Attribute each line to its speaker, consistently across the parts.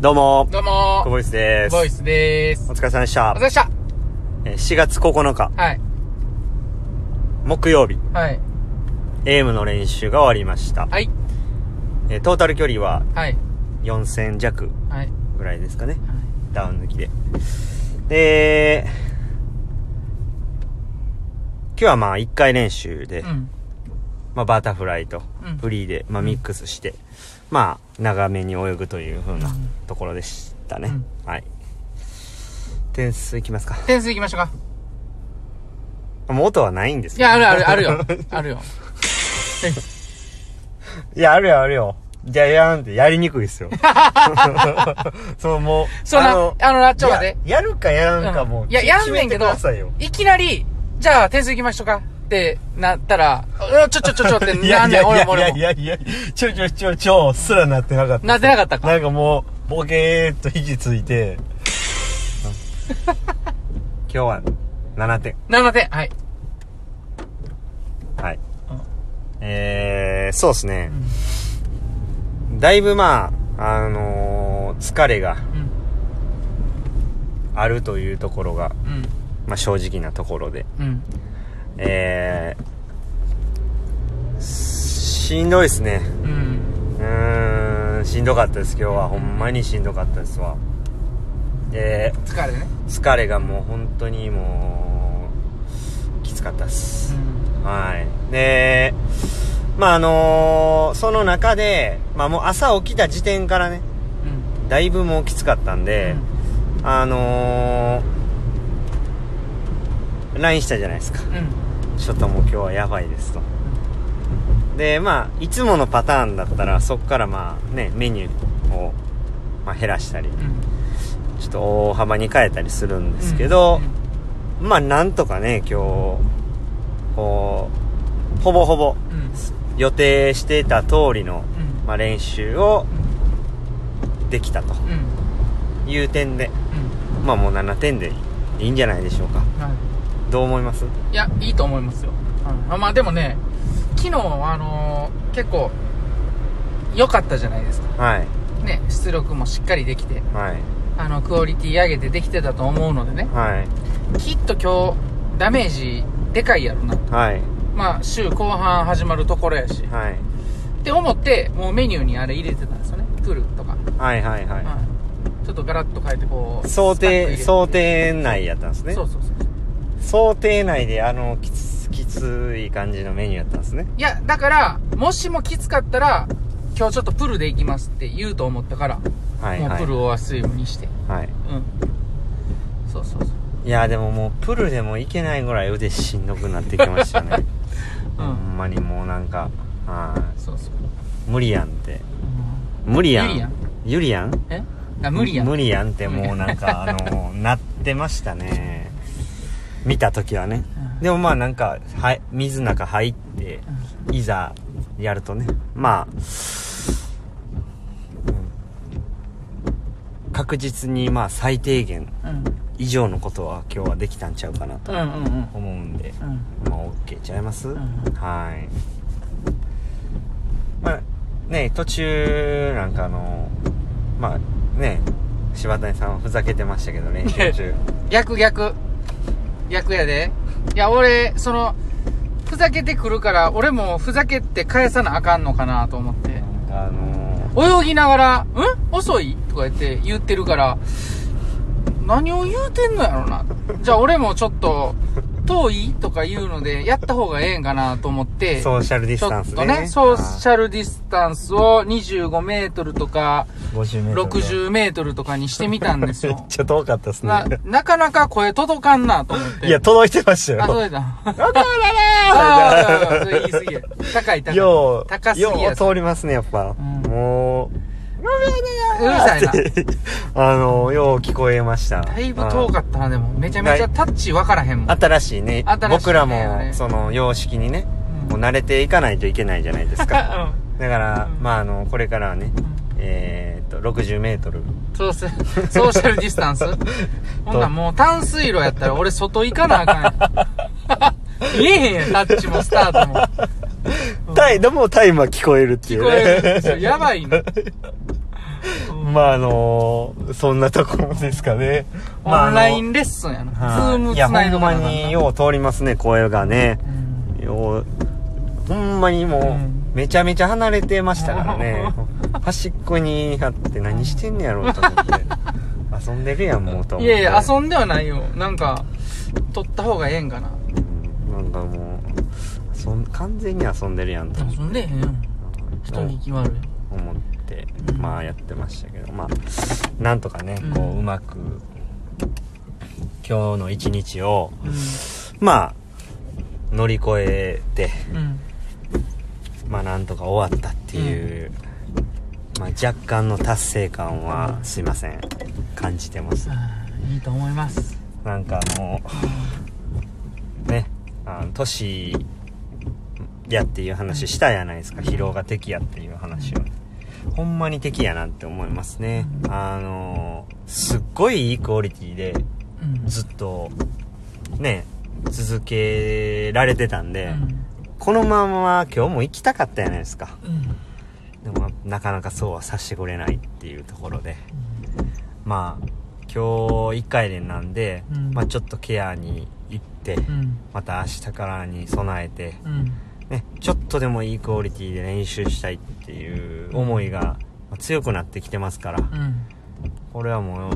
Speaker 1: どうも、
Speaker 2: どうも
Speaker 1: コボイスです。
Speaker 2: ボイスでーす。
Speaker 1: お疲れ様でした
Speaker 2: お疲れ様。でした。
Speaker 1: えー4月9日、
Speaker 2: はい。
Speaker 1: 木曜日、
Speaker 2: はい。
Speaker 1: エームの練習が終わりました。
Speaker 2: はい。
Speaker 1: えートータル距離は
Speaker 2: はい。
Speaker 1: 4000弱
Speaker 2: はい。
Speaker 1: ぐらいですかね。ダウン抜きで。で、今日はまあ1回練習で、
Speaker 2: うん。
Speaker 1: まあバタフライと
Speaker 2: うん
Speaker 1: フリーで、まあミックスして、まあ長めに泳ぐという風なところでしたね。はい。点数いきますか。
Speaker 2: 点数いきましょうか。
Speaker 1: もう音はないんです
Speaker 2: い
Speaker 1: けど
Speaker 2: や、あ るある、あるよ。あるよ。
Speaker 1: いや、あるよ、あるよ。じゃやーんってやりにくいっ すよ。 そう、もう。
Speaker 2: そんな、あの、なちょっと待って。
Speaker 1: ややるかやらんか
Speaker 2: うん
Speaker 1: もう。
Speaker 2: いや、やんねん
Speaker 1: 決めて
Speaker 2: けど
Speaker 1: くださいよ、
Speaker 2: いきなり、じゃあ点数いきましょうかってなったら、うんちょちょちょちょって
Speaker 1: い
Speaker 2: な
Speaker 1: や
Speaker 2: ん
Speaker 1: い
Speaker 2: ね
Speaker 1: やい
Speaker 2: ん、俺
Speaker 1: や
Speaker 2: も俺
Speaker 1: いやい
Speaker 2: も。
Speaker 1: やいや、ちょいちょいちょいちょいすらなってなかった。
Speaker 2: なってなかったか。
Speaker 1: なんかもう、ボケーっと息ついて。今日は7点。
Speaker 2: 7点。はい。
Speaker 1: はい
Speaker 2: うん。
Speaker 1: えー、そうですね。だいぶまあ、あのー疲れが
Speaker 2: うん。
Speaker 1: あるというところが、
Speaker 2: うん。
Speaker 1: まあ正直なところで。
Speaker 2: うん。
Speaker 1: えー、しんどいですね。
Speaker 2: うん。
Speaker 1: うーん、しんどかったです、今日は。ほんまにしんどかったですわ。で、
Speaker 2: 疲れね。
Speaker 1: 疲れがもう本当にもう、きつかったっす。はい。で、まああのーその中で、まあもう朝起きた時点からね、
Speaker 2: うん。うん。
Speaker 1: だいぶもうきつかったんで、あのー、LINE したじゃないですか。
Speaker 2: うん。
Speaker 1: ちょっともう今日はやばいですと。で、まあ、いつものパターンだったら、そこからまあね、メニューを、まあ、減らしたり、
Speaker 2: うん。
Speaker 1: ちょっと大幅に変えたりするんですけど、まあなんとかね、今日、こう、ほぼほぼ
Speaker 2: うん。うん。
Speaker 1: 予定してた通りの、
Speaker 2: うん。
Speaker 1: まあ練習をできたと
Speaker 2: うん。うん。
Speaker 1: いう点で、まあもう7点でいいんじゃないでしょうか。
Speaker 2: はい
Speaker 1: どう思います
Speaker 2: いや、いいと思いますよ。あまあでもね、昨日、あのー結構、良かったじゃないですか。
Speaker 1: はい、
Speaker 2: ね、出力もしっかりできて、
Speaker 1: はい、
Speaker 2: あの、クオリティ上げてできてたと思うのでね、
Speaker 1: はい、
Speaker 2: きっと今日、ダメージ、でかいやろな。
Speaker 1: はい、
Speaker 2: まあ、週後半始まるところやし、っ
Speaker 1: はい、
Speaker 2: て思って、もうメニューにあれ入れてたんですよね。プルとか。
Speaker 1: はい、はい、はい。
Speaker 2: はいちょっとガラッと変えて、こう。
Speaker 1: 想定、
Speaker 2: スパッ
Speaker 1: 想
Speaker 2: と入れ
Speaker 1: 定
Speaker 2: て
Speaker 1: 内やったんですね
Speaker 2: そ。うそうそう。
Speaker 1: 想定内であの、きつ、きつい感じのメニューやったんですね。
Speaker 2: いや、だから、もしもきつかったら、今日ちょっとプルで行きますって言うと思ったから、
Speaker 1: はい、
Speaker 2: も
Speaker 1: は
Speaker 2: うプ
Speaker 1: い。
Speaker 2: ルをアスイムにして。
Speaker 1: はい。
Speaker 2: うん。そうそうそう。
Speaker 1: いや、でももう、プルでもいけないぐらい腕しんどくなってきましたね。
Speaker 2: う
Speaker 1: ほ
Speaker 2: ん。
Speaker 1: んまにもうなんか、あー
Speaker 2: そうそう。
Speaker 1: 無理やんって。無理や
Speaker 2: ゆりやん
Speaker 1: ん。ゆりやん
Speaker 2: えあ、無理やん。
Speaker 1: 無理やんってもうなんか、あの、なってましたね。見た時はね。
Speaker 2: うん
Speaker 1: でもまあなんか、はい、水中入って、いざやるとねまあ、うん確実にまあ最低限
Speaker 2: うん。
Speaker 1: 以上のことは今日はできたんちゃうかなと
Speaker 2: うんうんうん。
Speaker 1: 思うんで、
Speaker 2: うん。
Speaker 1: まあ OK ちゃいます、
Speaker 2: ん
Speaker 1: はいまあね途中なんかあのまあね柴谷さんはふざけてましたけど練習 中
Speaker 2: 逆逆。逆やで。いや、俺、その、ふざけてくるから、俺もふざけて返さなあかんのかなと思って。
Speaker 1: なんかあの
Speaker 2: 泳ぎながら、ん遅いとか言って言ってるから、何を言うてんのやろな。じゃあ俺もちょっと、遠いとか言うので、やった方がええんかなと思って、
Speaker 1: ソーシャルディ
Speaker 2: ち
Speaker 1: ス
Speaker 2: ょ
Speaker 1: タン
Speaker 2: っ
Speaker 1: ス
Speaker 2: と
Speaker 1: で
Speaker 2: ね、
Speaker 1: ね
Speaker 2: ソーシャルディスタンスを25メートルとか
Speaker 1: 50
Speaker 2: 60メートルとかにしてみたんです
Speaker 1: めっ。
Speaker 2: よ
Speaker 1: ちゃ遠かったですね
Speaker 2: な、なかなか声届かんなと思っ て。
Speaker 1: いや、届いてましたよ
Speaker 2: あ、届いた。あ
Speaker 1: わから
Speaker 2: あー、それ言い過ぎや。高い高い。
Speaker 1: よう、
Speaker 2: 高すぎや。
Speaker 1: よう
Speaker 2: それ
Speaker 1: 通りますね、やっぱ。
Speaker 2: ん
Speaker 1: もう、
Speaker 2: うるさいな。
Speaker 1: あの、よう聞こえました。
Speaker 2: だいぶ遠かったな、でも。めちゃめちゃタッチわからへんも
Speaker 1: あ
Speaker 2: ん。
Speaker 1: 新しいね、
Speaker 2: 新しいね
Speaker 1: 僕らも
Speaker 2: あ、れ
Speaker 1: その、様式にね、
Speaker 2: うん
Speaker 1: もう慣れていかないといけないじゃないです か。だから、
Speaker 2: うん
Speaker 1: まあ、あの、これからはね、
Speaker 2: うん
Speaker 1: えーっと、60メートル。
Speaker 2: そうす、ソーシャルディスタン スほんならもう淡水路やったら俺外行かなあかんや ん。見えへんやん、タッチもスタートも。
Speaker 1: タイ、でもタイムは聞こえるってい
Speaker 2: 聞
Speaker 1: う
Speaker 2: こ
Speaker 1: ね。
Speaker 2: える。やばいね。う ん
Speaker 1: まああのそんなところですかね
Speaker 2: オンライ
Speaker 1: ン
Speaker 2: ンレッスンやな。ズ
Speaker 1: は
Speaker 2: ー
Speaker 1: い
Speaker 2: ム
Speaker 1: い
Speaker 2: つ
Speaker 1: や
Speaker 2: な
Speaker 1: ほ
Speaker 2: いの
Speaker 1: ん
Speaker 2: か
Speaker 1: ま
Speaker 2: な
Speaker 1: によう通りますね声がね
Speaker 2: うん
Speaker 1: ようほんまにも
Speaker 2: うん
Speaker 1: うめちゃめちゃ離れてましたから ね端っこにあって何してんねやろうと思って遊んでるやんもうと思って
Speaker 2: いやいや、遊んではないよ。なんか、撮った方がええんかな。
Speaker 1: なんかもうそん完全に遊んでるやんと
Speaker 2: 遊んでへんやん。人に気悪い。
Speaker 1: 思ってまあやってましたけどまあなんとかね
Speaker 2: うん
Speaker 1: こううまく今日の一日を
Speaker 2: う
Speaker 1: まあ乗り越えて
Speaker 2: ん。うん。
Speaker 1: まあなんとか終わったっていう、まあ、若干の達成感はすいません感じてます
Speaker 2: あーいいと思います。
Speaker 1: なんかもうねあの年やっていう話したやないですか疲労が敵やっていう話をほんまに敵やなって思いますねあのすっごいいいクオリティで
Speaker 2: うん。
Speaker 1: ずっとね続けられてたんで、
Speaker 2: うん
Speaker 1: このまま今日も行きたかったやないですか
Speaker 2: うん。
Speaker 1: でもなかなかそうはさせてくれないっていうところでまあ今日1回連なんで、
Speaker 2: うん
Speaker 1: まあ、ちょっとケアに行って、
Speaker 2: うん。
Speaker 1: また明日からに備えて、
Speaker 2: うん。
Speaker 1: ね、ちょっとでもいいクオリティで練習したいっていう思いがまあ強くなってきてますから、
Speaker 2: うん。
Speaker 1: これはも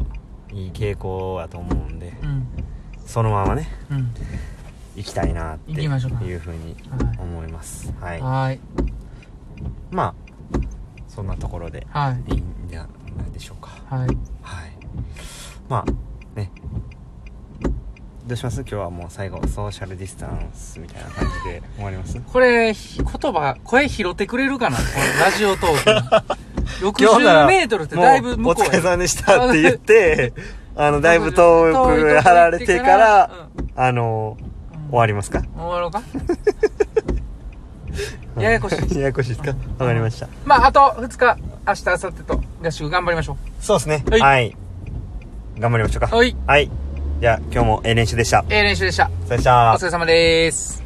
Speaker 1: ういい傾向やと思うんで
Speaker 2: うん。
Speaker 1: そのままね
Speaker 2: うん。
Speaker 1: 行きたいなって
Speaker 2: 行きましょうか
Speaker 1: いうふうに
Speaker 2: は。
Speaker 1: 思いますはいい
Speaker 2: はい。
Speaker 1: まあそんなところで
Speaker 2: はい。
Speaker 1: いいんじゃないでしょうか
Speaker 2: はい。
Speaker 1: はい。まあ、ね。どうします今日はもう最後、ソーシャルディスタンスみたいな感じで終わります
Speaker 2: これ、ひ言葉、声拾ってくれるかなこのラジオトークに。60メートルってだいぶ
Speaker 1: もう
Speaker 2: 向
Speaker 1: お
Speaker 2: こ
Speaker 1: 疲
Speaker 2: う
Speaker 1: れ
Speaker 2: や。
Speaker 1: 様でしたって言って、あの、だいぶ遠く離れて から、あの、終わ
Speaker 2: り。
Speaker 1: りますか
Speaker 2: うん終わろうかややこし い。
Speaker 1: ややこしいですかわかりました。
Speaker 2: まあ、あと2日、明日、明後日と合宿頑張りましょ
Speaker 1: そうですね。
Speaker 2: はい
Speaker 1: はい。頑張りましょうか。
Speaker 2: はい
Speaker 1: はい。じゃあ、今日もええ練習でした。
Speaker 2: う。ええ練習でした。
Speaker 1: さよなら
Speaker 2: お疲れ様です。